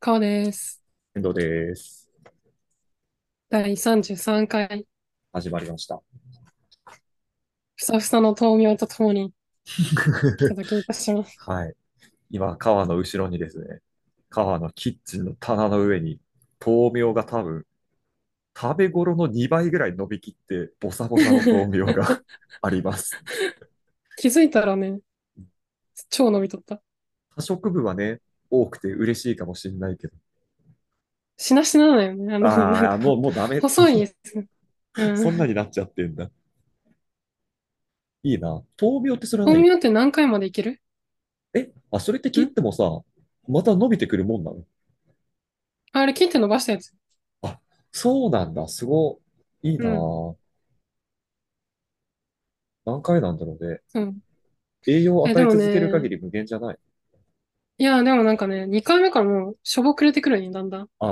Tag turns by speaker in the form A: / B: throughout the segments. A: 川です。
B: 遠藤です。
A: 第33回、
B: 始まりました。
A: ふさふさの豆苗とともに、お届けいたします。
B: はい。今、川の後ろにですね、川のキッチンの棚の上に、豆苗が多分、食べ頃の2倍ぐらい伸びきって、ボサボサの豆苗 があります。
A: 気づいたらね、超伸びとった。
B: 多食部はね、多くて嬉しいかもしれないけど。
A: しなしなのよね。あの、
B: ああ、もう、もうダ メ。
A: 細いです。
B: うん、そんなになっちゃってんだ。いいな。豆苗ってそれは
A: 豆
B: ね、
A: 苗って何回までいける
B: え、あ、それって切ってもさ、また伸びてくるもんなの
A: あれ、切って伸ばしたやつ。
B: あ、そうなんだ。すごい。いいな。
A: うん。
B: 何回なんだろうね。
A: うん。
B: 栄養を
A: え、
B: 与
A: で
B: え
A: も
B: 続ける限
A: ね、
B: り無限じゃない。
A: いや、でもなんかね、2回目からもう、しょぼくれてくるよね、だんだん。
B: ああ、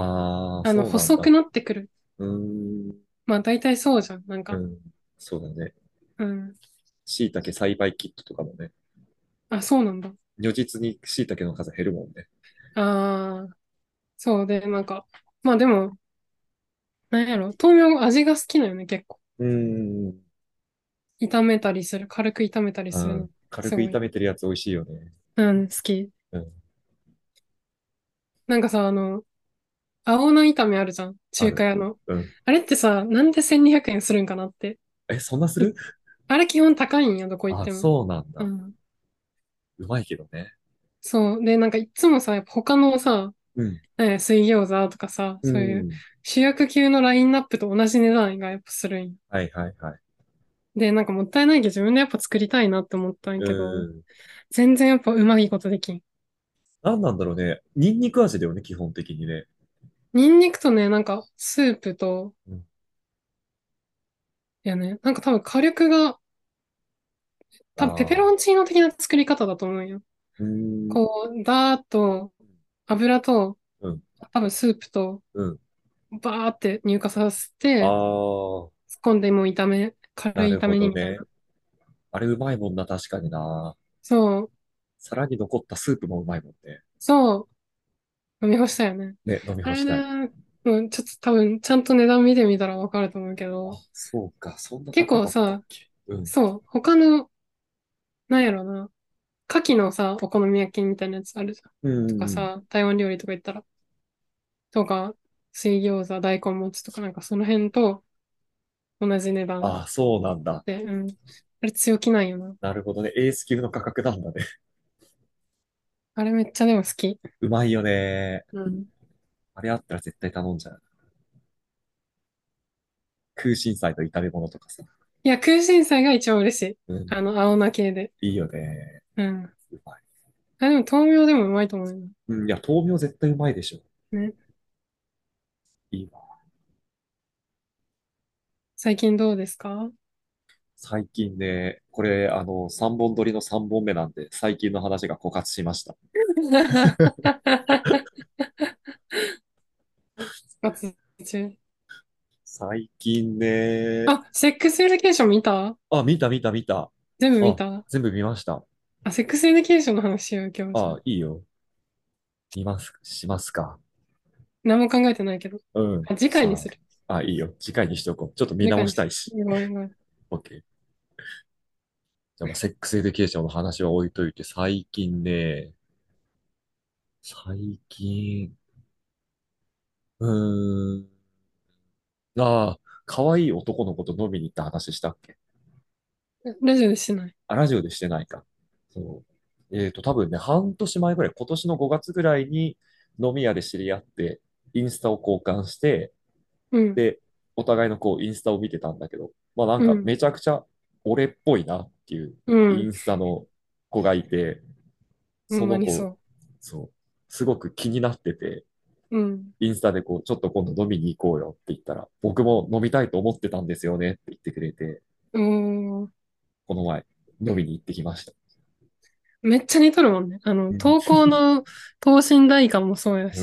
A: あの、
B: そうなん
A: 細く
B: だ。
A: なってくる。
B: うーん、
A: まあ、大体そうじゃん。なん
B: う
A: か、
B: ん、そうだね。
A: うん。
B: 椎茸栽培キットとかもね、
A: あ、そうなんだ。
B: 如実に椎茸の数減るもんね。
A: ああ、そうで、なんか、まあでも、なんやろ、豆苗味が好きなよね、結構。
B: うーん、
A: 炒めたりする、軽く炒めたり
B: う
A: するの、
B: ん、軽
A: す
B: く
A: ごい。
B: 炒めてるやつ美味しいよね。
A: うん、好き。
B: うん、
A: なんかさ、あの、青菜炒めあるじゃん、
B: あ
A: 中華
B: る。
A: 屋の。
B: うん。
A: あれってさ、なんで1200円するんかなって。
B: え、そんなす
A: い
B: る
A: あれ基本高いんや、どこ行っ
B: あ、
A: ても。
B: そうなん
A: う
B: だ。
A: ん。
B: うまいけどね。
A: そう。で、なんかいつもさ、やっぱ他のさ、
B: うん。
A: ね、水餃子とかさ、
B: う。
A: そういうん主役級のラインナップと同じ値段がやっぱするんよ
B: はいはいはい。
A: で、なんかもったいないけど自分でやっぱ作りたいなって思ったんやけど、
B: うん。
A: 全然やっぱうまいことできん。
B: なんなんだろうね。ニンニク味だよね、基本的にね。
A: ニンニクとね、なんかスープと、
B: うん。
A: いやね、なんか多分火力が、多分ペペ
B: あ
A: ロ
B: あ、
A: ンチーノ的な作り方だと思うんよ。
B: うーん。
A: こう、ダーッと油と、
B: うん。
A: 多分スープと、
B: うん。
A: バーって乳化させ
B: あ
A: て、
B: あ、
A: 突っ込んでもう炒め、軽
B: ないる
A: 炒
B: ほ
A: めに
B: ど
A: みたい
B: ね。
A: な。
B: あれうまいもんな、確かにな。
A: そう、
B: 皿に残ったスープもうまいもんね。
A: そう、飲み干したよね。
B: ね、飲み
A: あ
B: 干
A: れ
B: したい。
A: ね、うん、ちょっと多分、ちゃんと値段見てみたらわかると思うけど、
B: あ、そうか、そんな
A: 結構
B: 高かったっ
A: さ、
B: け。うん。
A: そう、他の、なんやろな、牡蠣のさ、お好み焼きみたいなやつあるじゃん。
B: う
A: とか
B: んうん。
A: さ、台湾料理とか言ったら、とか、水餃子、大根餅とかなんかその辺と同じ値段
B: あ、そうなんだ。
A: で、うん。あれ強気なんよな。
B: なるほどね。エース級の価格なんだね。
A: あれめっちゃでも好き。
B: うまいよね。
A: うん。
B: あれあったら絶対頼んじゃう。空心菜と炒め物とかさ。
A: いや、空心菜が一番嬉しい。
B: うん。
A: あの、青菜系で。
B: いいよね。
A: うん。
B: うまい。
A: あ、でも豆苗でもうまいと思うよ。
B: うん、いや、豆苗絶対うまいでしょ。
A: ね。
B: いいわ。
A: 最近どうです か
B: 最近ね、これ、あの、3本撮りの3本目なんで、最近の話が枯渇しました。
A: 活中。
B: 最近ね、
A: あ、セックスエデュケーション見た
B: あ、見た見た見た。
A: 全部見
B: あ、
A: た
B: 全部見ました。
A: あ、セックスエデュケーションの話しよう、今日じゃ
B: あ、
A: あ。
B: いいよ。見ます、しますか。
A: 何も考えてないけど。
B: うん。
A: あ、次回に
B: さ
A: する。
B: あ、あ、いいよ。次回にしとこう。ちょっと見
A: 次回
B: 直
A: に
B: し
A: す
B: たい
A: る。
B: し。
A: ごめんごめん。
B: OK。じゃあ、まあ、セックスエデュケーションの話は置いといて、最近ね、最近、うーん、ああ、可愛い男の子と飲みに行った話したっけ
A: ラジオでしない。
B: あ、ラジオでしてないか。そう。えっと、多分ね、半年前ぐらい、今年の5月ぐらいに飲み屋で知り合って、インスタを交換して、
A: うん、
B: で、お互いのこう、インスタを見てたんだけど、まあなん
A: う
B: か
A: ん、
B: めちゃくちゃ俺っぽいなっていう
A: う
B: イ
A: ん。
B: ンスタの子がいて、
A: ほ
B: そ
A: んま
B: の
A: に
B: 子、
A: そ
B: そう、すごく気になってて、
A: う。うん。
B: インスタでこう、ちょっと今度飲みに行こうよって言ったら、僕も飲みたいと思ってたんですよねって言ってくれて、
A: おー、
B: この前、飲みに行ってきました。
A: めっちゃ似とるもんね。あの、
B: うん。
A: 投稿の等身大感もそうや
B: うん
A: し、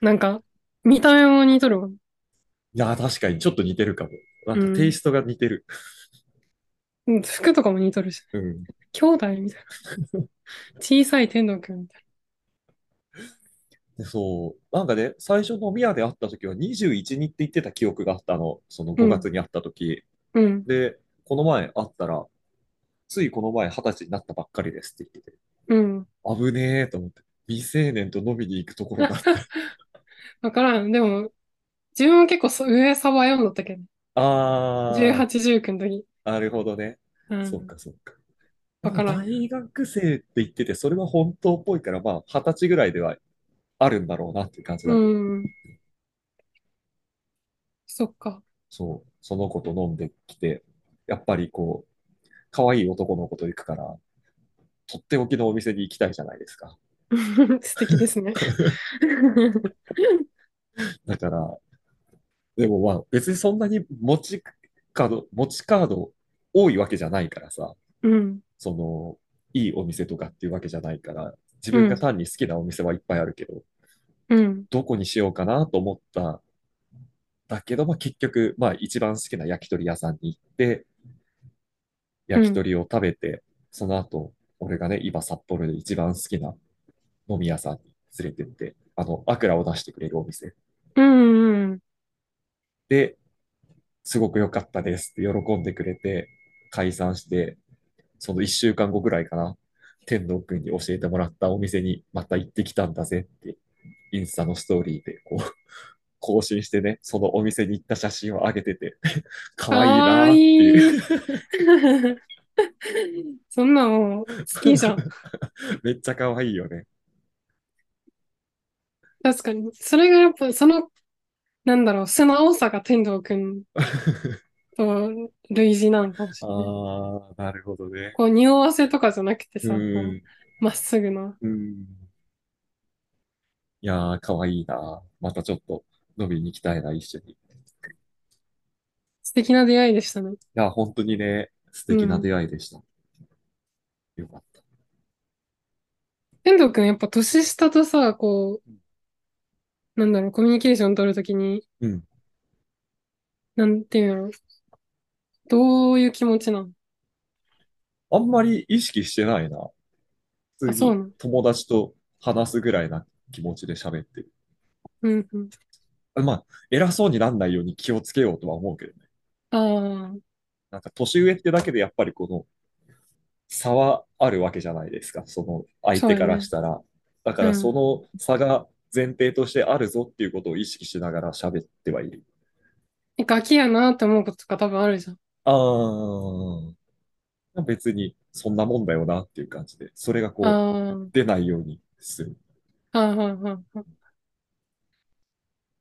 A: なんか、見た目も似とるもん。
B: いやー、確かにちょっと似てるかも。なん
A: う
B: かテイ
A: ん。
B: ストが似てる。
A: うん服とかも似とるし、
B: うん。
A: 兄弟みたいな。小さい天童くんみたい
B: で、そう、なんかね、最初飲み屋で会った時は21日って言ってた記憶があったの、その
A: う
B: 5
A: ん、
B: 月に会った時。
A: うん。
B: で、この前会ったら、ついこの前二十歳になったばっかりですって言ってて、
A: うん。
B: 危ねえと思って、未成年と飲みに行くところ だって。
A: わからん。でも、自分は結構そ上サバ読んだったけど、
B: あ
A: 18、19の時。
B: ー、なるほどね。
A: う
B: そっ
A: ん。
B: かそっか。で
A: わ
B: も
A: からん。
B: 大学生って言ってて、それは本当っぽいから、まあ二十歳ぐらいではあるんだろうなっていう感じ
A: う
B: だけど、
A: ん。そっか。
B: そう、その子と飲んできて、やっぱりこう、可愛い男の子と行くから、とっておきのお店に行きたいじゃないですか。
A: 素敵ですね。
B: だから、でもまあ別にそんなに持ちカード、持ちカード多いわけじゃないからさ、
A: うん。
B: その、いいお店とかっていうわけじゃないから、自
A: う
B: 分が
A: ん。
B: 単に好きなお店はいっぱいあるけど、
A: うん。
B: どこにしようかなと思っただけど、まあ、結局、まあ、一番好きな焼き鳥屋さんに行って、
A: う
B: 焼き
A: ん。
B: 鳥を食べて、その後、俺がね、今札幌で一番好きな飲み屋さんに連れてって、あの、アクラを出してくれるお店
A: うん。うん
B: で、すごく良かったですって喜んでくれて、解散して、その1週間後ぐらいかな、天童君に教えてもらったお店にまた行ってきたんだぜって、インスタのストーリーでこう、更新してね、そのお店に行った写真を上げて て、可愛い
A: ああ、
B: なーって
A: いい。
B: いう
A: そんなんもう好き じゃん。
B: めっちゃ可愛いよね。
A: 確かに。それがやっぱ、その、なんだろう、素直さが天童くんと類似なのかもしれない。
B: ああ、なるほどね。
A: こう、匂わせとかじゃなくて
B: う
A: さ、こう、
B: ん、
A: まっすぐな。
B: うん。いやー、可愛いなー。またちょっと飲みに行きたいな、一緒に。い
A: 素敵な出会いでしたね。
B: やー、本当にね、素
A: う。
B: 敵なん出会いでした。よかった。
A: 天童くんやっぱ年下とさ、こう、なんだろう、コミュニケーション取るときに、
B: うん。
A: なんていうの、どういう気持ちなの
B: あんまり意識してないな。普
A: あ、
B: 通
A: そう
B: に
A: なの。
B: 友達と話すぐらいな気持ちで喋ってる。
A: うん、うん。
B: あまあ、偉そうになんないように気をつけようとは思うけどね。
A: ああ、
B: なんか年上ってだけでやっぱりこの差はあるわけじゃないですか。その相
A: そう
B: 手
A: や
B: からし
A: ね。
B: たら。だか
A: う
B: らそ
A: ん。
B: の差が前提としてあるぞっていうことを意識しながら喋ってはいる。
A: なんか飽きやなって思うこととか多分あるじゃん。
B: ああ、別にそんなもんだよなっていう感じで、それがこう
A: ああ、
B: 出ないようにする。
A: ああ、ああ、ああ。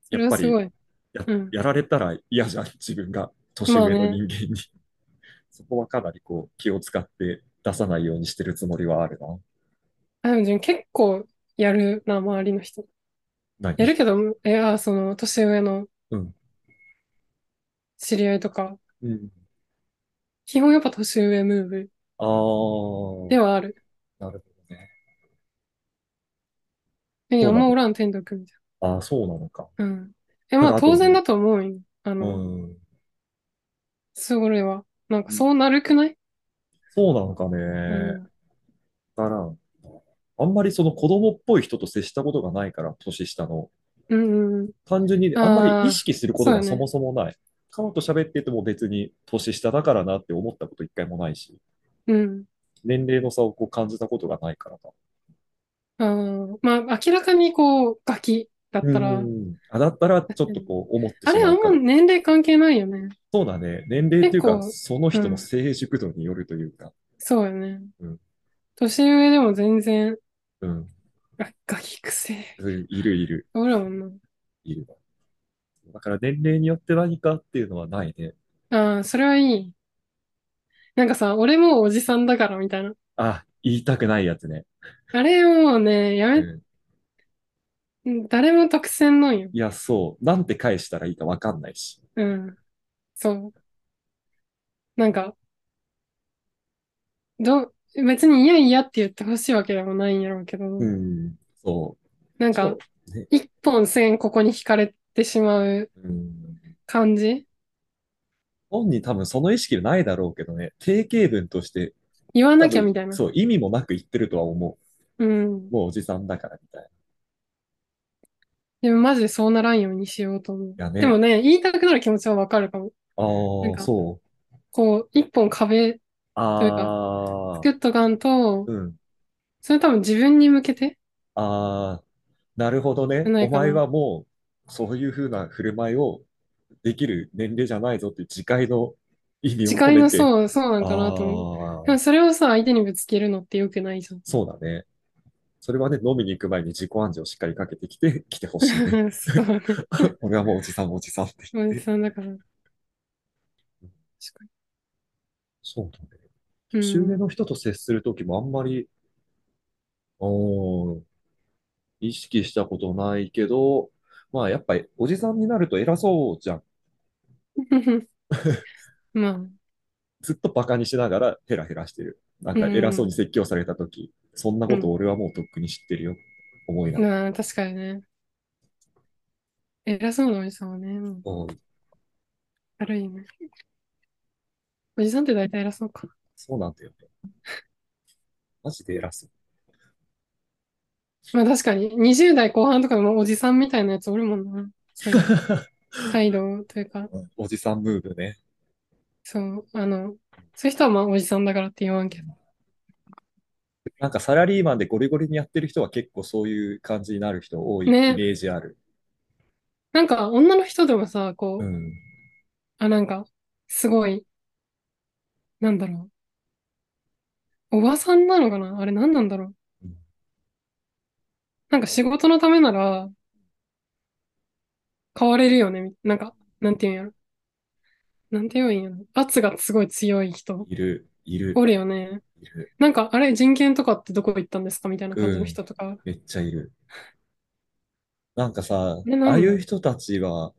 A: そ
B: や
A: れ
B: っ
A: は
B: ぱ
A: す
B: り
A: ごい。
B: や、
A: うん。
B: やられたら嫌じゃん、自分が年
A: まあ
B: 上
A: ね。
B: の人間に。 そこはかなりこう気を使って出さないようにしてるつもりはあるな。
A: あ、でも自分結構やるな、周りの人。や
B: 何
A: るけど、え、あ、その、年上の
B: うん。
A: 知り合いとか、
B: うん。
A: 基本やっぱ年上ムーブ
B: ああ、
A: ではある。
B: なるほどね。
A: え、
B: そ
A: あ
B: うんな
A: まお
B: の。
A: らん、天童くんじ
B: ああ、そうなのか。
A: ゃん。うん。え、
B: なん
A: まあ
B: か、あと
A: 当然
B: ね、
A: だと思うよ。あ
B: う
A: の、
B: ん。
A: それは。なんか
B: うん
A: そうなるくない
B: そうなのか
A: う
B: ね。
A: ん。
B: だからん、あんまりその子供っぽい人と接したことがないから、年下の。
A: うんうん
B: 単純に
A: うん。
B: あんまり意
A: ああ、
B: 識すること
A: そう
B: が
A: よ
B: そ
A: ね。
B: もそもない。彼と喋ってても別に年下だからなって思ったこと一回もないし、
A: うん。
B: 年齢の差をこう感じたことがないからな。
A: ああ、まあ明らかにこう、ガキだっ
B: う
A: たら、
B: ん。あ、だったらちょ
A: 確か
B: っと
A: に。
B: こう思って
A: あ
B: し
A: れ、
B: ま
A: あん
B: うか
A: ま
B: ら。
A: 年齢関係ないよね。
B: そうだね。年齢っ
A: 結
B: ていうか、
A: 構、
B: その
A: う
B: 人の
A: ん、
B: 成熟度によるというか。
A: そうよね。
B: うん。
A: 年上でも全然、
B: うん。
A: あガキくせえ。
B: うんいるいる。
A: おらもん
B: いる。だから年齢によって何かっていうのはないね。
A: な。ああ、それはいい。なんかさ、俺もうおじさんだからみたいな。
B: あ、言いたくないやつね。
A: あれもうね、や
B: う
A: め、
B: ん。
A: 誰も得せんのんよ。
B: いや、そう。なんて返したらいいかわかんないし。
A: うん。そう。なんか、ど、別にいやいやって言ってほしいわけでもないんやろうけ
B: う
A: ど、
B: ん。そう。
A: なん
B: しかも
A: か、
B: ね。
A: 一本線ここに引かれてしまう
B: うん。
A: 感じ
B: 本人多分その意識ないだろうけどね。定型文として、
A: 言わ
B: 多
A: なきゃ
B: 分、
A: みたいな。
B: そう、意味もなく言ってるとは思
A: うん。
B: う。もうおじさんだからみたいな。
A: でもマジでそうならんようにしようと思う。
B: や
A: でも
B: ね。
A: ね、言いたくなる気持ちはわかるかも。
B: あ
A: なん
B: あ、
A: か、
B: そう。
A: こう、一本壁というか、
B: ああ、
A: 作っとかんと、
B: うん。
A: それ多分自分に向けて
B: ああ、なるほど
A: じゃ
B: ね。
A: な
B: お
A: いか
B: 前
A: な。
B: はもう、そういうふうな振る舞いをできる年齢じゃないぞって自戒の意味
A: 次
B: を込
A: 回
B: め
A: の
B: て。
A: そう、そうなん
B: あ
A: かなと思う。
B: あ、
A: でもそれをさ、相手にぶつけるのって良くないじゃん。
B: そうだね。それはね、飲みに行く前に自己暗示をしっかりかけてきて、来て ほしい ね。
A: そうだね。
B: 俺はもうおじさんおじさんって
A: おじ
B: 言って。
A: さんだから。確か
B: そうだね。
A: に。う
B: 年上
A: ん。
B: の人と接するときもあんまり、うん意識したことないけど、まあやっぱりおじさんになると偉そうじゃん。
A: まあ、
B: ずっとバカにしながらヘラヘラしてる。なん
A: う、
B: か偉そうんに説教されたとき、そんな
A: う
B: こと
A: ん。
B: 俺はもうとっくに知ってるよ。思いなが
A: まあ、確かにね。偉そうなおじさんはね、もう
B: ら。うん、
A: 悪いね。おじさんって大体偉そうか。
B: そうなんだよね。マジで偉そう。
A: まあ確かに、20代後半とかでもおじさんみたいなやつおるもんな。そう いう態度というか、
B: うんおじさんムーブね。
A: そう、あの、そういう人はまあおじさんだからって言わんけど。
B: なんかサラリーマンでゴリゴリにやってる人は結構そういう感じになる人多いイ
A: ね。
B: メージある。
A: なんか女の人でもさ、
B: う
A: こう、
B: ん。
A: あ、なんか、すごい、なんだろう。おばさんなのかなあれ何なんだろう。
B: うん
A: なんか仕事のためなら変われるよね。みなんか、なんていうんやろ。なんて言うんやろ。圧がすごい強い人。
B: いる、いる、
A: おるよね。
B: いる。
A: なんか、あれ、人権とかってどこ行ったんですかみたいな感じ
B: う
A: の
B: ん。
A: 人とか。
B: めっちゃいる。なんかさ、
A: ね、
B: あ
A: な
B: あ
A: ん
B: い
A: だ
B: う
A: ろ
B: 人たちは、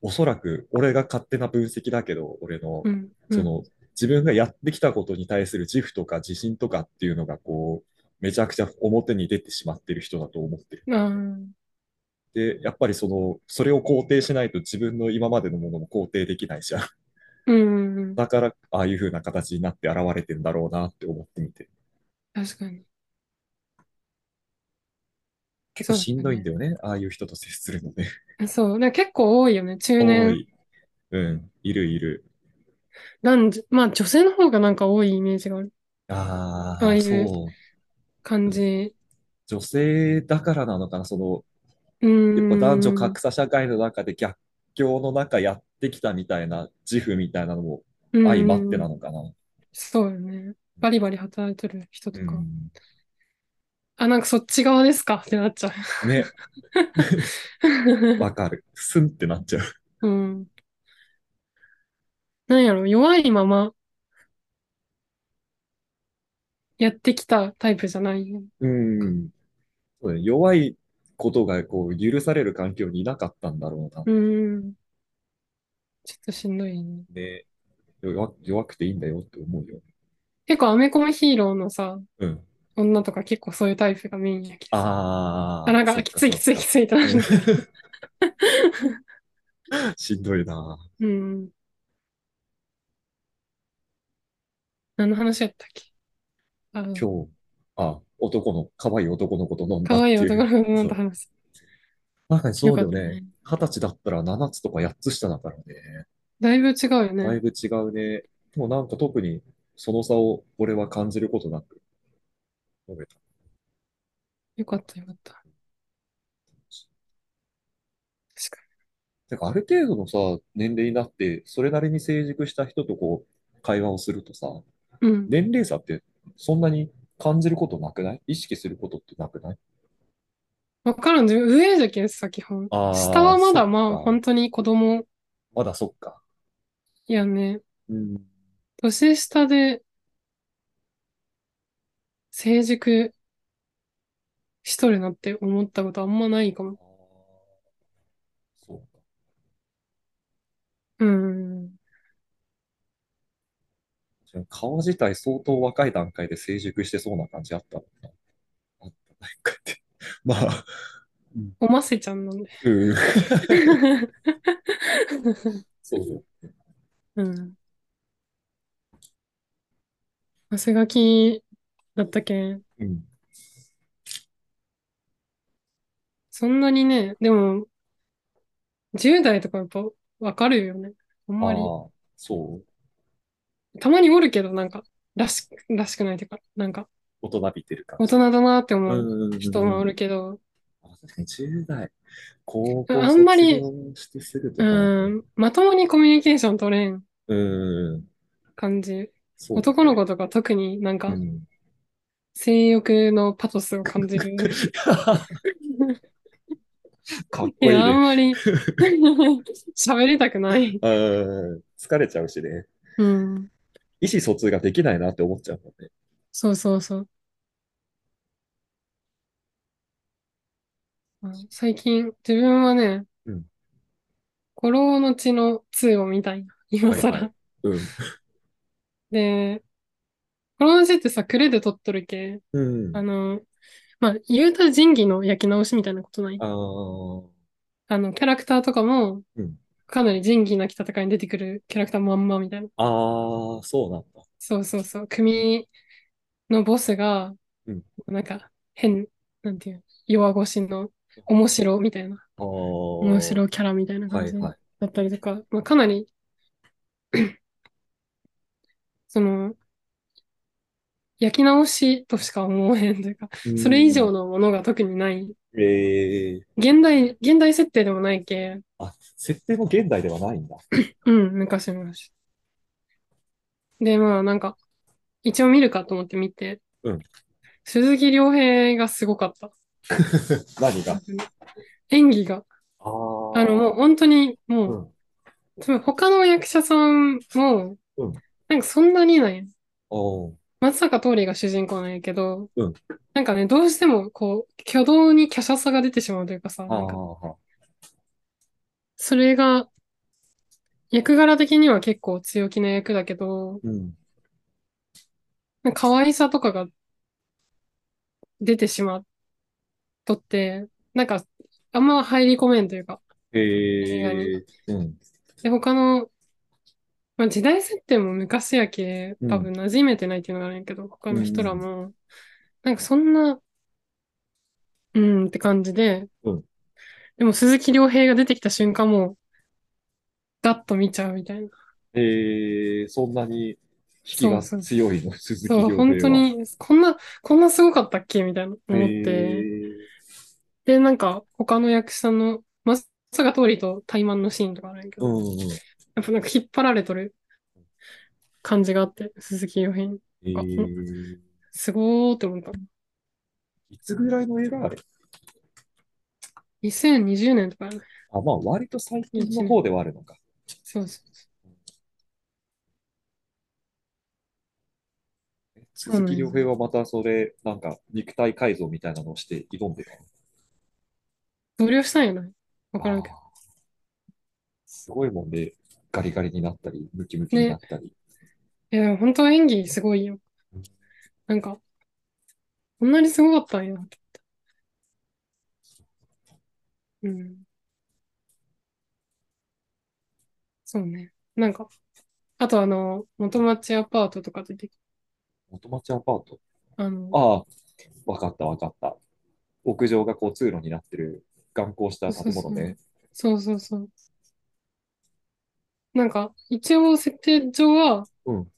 B: おそらく、俺が勝手な分析だけど、俺の、
A: う。うん、う
B: そ
A: ん、
B: の、自分がやってきたことに対する自負とか自信とかっていうのが、こう、めちゃくちゃ表に出てしまってる人だと思ってる。
A: あー
B: で、やっぱりその、それを肯定しないと自分の今までのものも肯定できないじゃん。
A: うん、うん
B: だから、ああいう風な形になって現れてんだろうなって思ってみて。
A: 確かに。
B: 結構
A: そう
B: しん
A: だ
B: どいんだ
A: ね。
B: よね、ああいう人と接するのね。
A: そう。だから結構多いよね。中
B: 多
A: 年、
B: い。うん、いるいる。
A: 男女、まあ女性の方がなんか多いイメージがある。あ
B: あ
A: あ
B: あ、
A: いう
B: そう。
A: 感じ。
B: 女性だからなのかな、その、
A: う
B: やっぱ男女
A: ーん、
B: 格差社会の中で逆境の中やってきたみたいな自負みたいなのも
A: う
B: 相まって
A: ん、う。
B: なんのかな。
A: そうよね。バリバリ働いてる人
B: う
A: とか。
B: ん。
A: あ、なんかそっち側ですかってなっちゃう。
B: ね、 わかる。スンってなっちゃう。
A: うん。なんやろ、弱いままやってきたタイプじゃないよ。
B: うん。そうね弱いことがこう許される環境にいなかったんだろうな。
A: うーん。ちょっとしんどいね。
B: ね、弱、弱くていいんだよって思うよ。
A: 結構アメコミヒーローのさ、
B: うん。
A: 女とか結構そういうタイプがメインやけどさ。あ、
B: ああ、
A: なん
B: そ
A: か
B: っ
A: き
B: か
A: つい
B: そ
A: き
B: っ
A: ついき
B: か。
A: ついってな
B: うん
A: る。
B: しんど いな。
A: うん。何の話やったっけあ、
B: 今日、あ、男の、可愛い男の子と飲ん
A: か
B: だっ
A: わいい
B: てい
A: 男
B: う。
A: の子
B: そ
A: と
B: う。
A: 話す。
B: まさに
A: よ
B: そう
A: か
B: だ
A: っ
B: よ
A: た
B: ね。
A: ね。
B: 二十歳だったら7つとか8つ下だからね。
A: だいぶ違うよ
B: だい
A: ね。
B: ぶ違うね。でもなんか特にその差を俺は感じることなく飲めた。
A: よかったよかった。確か
B: てかある程度のさ、年齢になって、それなりに成熟した人とこう、会話をするとさ、
A: に。うん。
B: 年齢差ってそんなに感じることなくない意識することってなくない
A: わからん。自分上じゃけんさ、基本。下
B: ああ
A: は
B: ー、
A: ま
B: そ
A: だ
B: っ
A: まあ、
B: か。
A: 本当に子供
B: まだそっか。
A: やね。
B: うん。
A: 年下で成熟しとるなって思ったことあんまないかも。
B: あーそうか。
A: うん。
B: じゃあ顔自体相当若い段階で成熟してそうな感じあったのかな。あったないかって。まあ、うん。
A: おませちゃんなんで。
B: うんそうそう。
A: うん。汗がきだったけん。
B: うん。
A: そんなにね、でも、10代とかやっぱわかるよね。あん
B: あ
A: まり。
B: あ、そう。
A: たまにおるけど、なんか、らしく、らしくないというか、なんか、
B: 大人びてる感
A: 大
B: じ。
A: 人だなって
B: う
A: 思
B: ん
A: う
B: うんうん
A: 人
B: う
A: もお
B: ん。
A: るけど、
B: あ確かに10代、高校
A: あんま
B: 卒
A: り、
B: 業してすぐとか、
A: うん、まともにコミュニケーション取れん
B: うん、
A: 感じ。
B: そうだ
A: 男の
B: ね。
A: 子とか特になん
B: う
A: か、
B: ん。
A: 性欲のパトスを感じる。
B: かっ
A: い
B: こい
A: や、
B: い
A: あんま
B: ね。
A: り 喋りたくない。
B: うん、疲れちゃうしね。
A: うん。
B: 意思疎通ができないなって思っちゃうもんね。
A: そうそうそう。あ最近、自分はね、
B: うん。
A: 古老の血の2を見たいな。今
B: はいはい。
A: 更。
B: うん。
A: で、古老の血ってさ、呉で撮っとるけ、
B: う
A: あ
B: ん。
A: の、まあ、言うたら仁義の焼き直しみたいなことない。
B: ああ、
A: あの、キャラクターとかも、
B: うん。
A: かなり仁義なき戦いに出てくるキャラクターまんまみたいな。
B: ああ、そうなんだ。
A: そうそうそう。組のボスが、
B: うん。
A: なんか、変、なんていう、弱腰の、面白みたいな、
B: ああ、
A: 面
B: は
A: 白キャラみたいな感
B: い
A: じ
B: はい。
A: だったりとか、まあ、かなり、 その、焼き直しとしか思えへんというか、
B: う
A: それ以上
B: ん。
A: のものが特にない。
B: ええ
A: 現代、現代設定でもないけ、
B: あ、設定も現代ではないんだ。
A: うん、昔々。で、まあ、なんか、一応見るかと思って見て、
B: うん。
A: 鈴木亮平がすごかった。
B: 何が
A: 演技が。
B: あ
A: あの、もう
B: あ、
A: 本当に、
B: う
A: も
B: ん、
A: う、多分他の役者さんも、
B: うん、
A: なんかそんなにない。
B: おー
A: 松坂桃李が主人公なんやけど、
B: うん、
A: なんかね、どうしても、こう、挙動に華奢さが出てしまうというかさ、
B: あ
A: なんか、
B: あ、
A: それが、役柄的には結構強気な役だけど、
B: うん、
A: なんか可愛さとかが出てしまっとって、なんか、あんま入り込めんというか、映画に。
B: ええうん、
A: で、他の、まあ、時代設定も昔やけ、
B: う
A: 多
B: ん、
A: 分馴染めてないっていうのがあるんやけど、他
B: う
A: の人ら
B: ん、
A: も、なんかそんな、うんって感じで、
B: うん、
A: でも鈴木亮平が出てきた瞬間も、ガッと見ちゃうみたいな。
B: ええそんなに引き
A: そう
B: が
A: そう。
B: 強いの、鈴木
A: そう、
B: 亮
A: 本
B: 平
A: 当
B: は。
A: に、こんな、こんなすごかったっけみたいな思って。
B: ええ
A: で、なんか、他の役者の、松坂桃李と対マンのシーンとかあるんやけ
B: う
A: ど、
B: ん、うん、
A: やっぱなんか引っ張られとる感じがあって、鈴木亮平が、うん
B: ええ
A: すごーって思った。
B: いつぐらいの映画あれ
A: 2020年とかやね。
B: あ、まあ、割と最近の
A: 1
B: 方
A: 年。
B: ではあるのか。
A: そうそうそう。
B: え
A: そう
B: 鈴
A: な
B: 木
A: ん
B: 亮
A: よ。
B: 平はまたそれ、なんか肉体改造みたいなのをして挑んでたの。
A: 増量したんやないわからんけ
B: ああ、すごいもんで、ガリガリになったり、ムキムキ
A: ど。
B: にな
A: ね。
B: ったり。
A: いや、本当演技すごいよ。
B: うん
A: なんか、こんなにすごかったんや。うん。そうね。なんか、あとあの、元町アパートとか出てき
B: 元町アパート。
A: あの、
B: ああ、わかったわかった。屋上がこう通路になってる、眼光した
A: そう
B: 建
A: そ
B: 物
A: う。
B: ね。
A: そうそうそう。なんか、一応設定上は、
B: うん、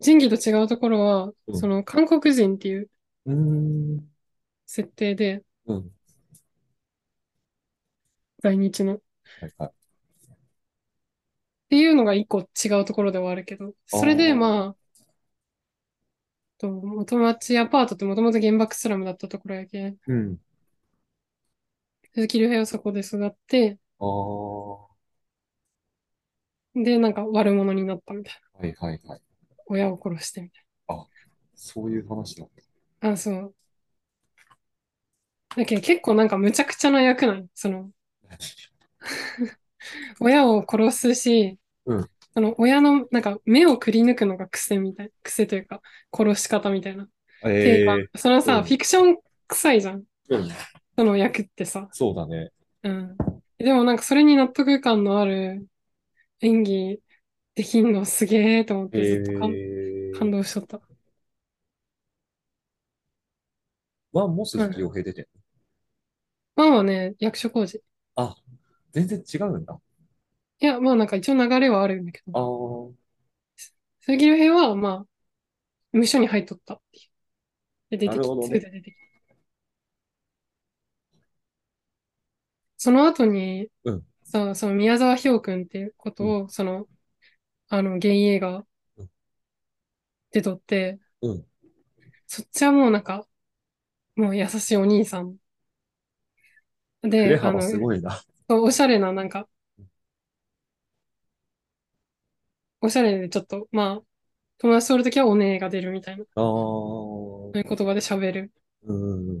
A: 仁義と違うところは、
B: う
A: そ
B: ん。
A: の、韓国人っていう
B: うーん、
A: 設定で、
B: うん。
A: 在日の。っ
B: はいはい。
A: ていうのが一個違うところではあるけど、
B: あ
A: それで、
B: あ、
A: まあ、と、元町アパートってもともと原爆スラムだったところやけん、
B: うん。
A: 鈴木亮平はそこで育って、
B: ああ、は
A: で、なんか悪者になったみたいな。
B: いはいはい。
A: 親を殺してみたい
B: あ、そういう話だった。
A: な。あ、そう。だけど結構なんかむちゃくちゃな役なんよその、親を殺すし、
B: うん。
A: その親のなんか目をくり抜くのが癖みたい、癖というか、殺し方みたいな。っていう
B: え
A: か、
B: え
A: その
B: う
A: さ、フ
B: ん、
A: ィクション臭いじゃん。
B: うん。
A: その役ってさ。
B: そうだね。
A: うん。でもなんかそれに納得感のある演技できんのすげえと思ってずっと感、
B: え
A: 感
B: え
A: 動しとった。
B: ワンも鈴
A: う
B: 木
A: ん。
B: 亮平出てる。
A: ワンはね、役所工事。
B: あ、全然違うんだ。
A: いや、まあなんか一応流れはあるんだけど、
B: あー
A: 鈴木亮平はまあ、事務所に入っとったっていう。で、出
B: な
A: て
B: る
A: き
B: ほど
A: て、
B: ね
A: すぐで出てきて。その後に
B: うん、
A: さ、その宮沢氷君っていうことを、その、あの、幻影が
B: うん
A: 出とって、
B: うん。
A: そっちはもうなんか、もう優しいお兄さん。
B: 振れ
A: で、あ
B: 幅
A: の、
B: すごいな。
A: そうおしゃれな、なんか、おしゃれでちょっと、まあ、友達とおるときはお姉が出るみたいな、
B: あ
A: そうい
B: ー
A: う言葉で喋る。
B: うん。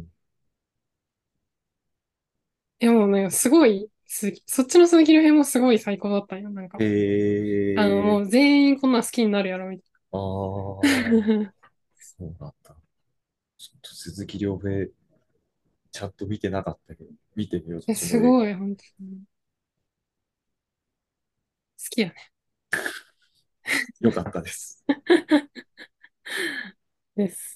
A: いやもうね、すごい、鈴木そっちの鈴木亮平もすごい最高だったよ、なんか。
B: へ
A: あの、も
B: え。
A: う全員こんなん好きになるやろ、み
B: あ
A: た
B: あ、
A: いな。
B: そうだった。ちょっと鈴木亮平、ちゃんと見てなかったけど、見てみよう、そ
A: え
B: っち
A: す
B: の映画。
A: ごい、本当に。好きやね。
B: よかったです。
A: です。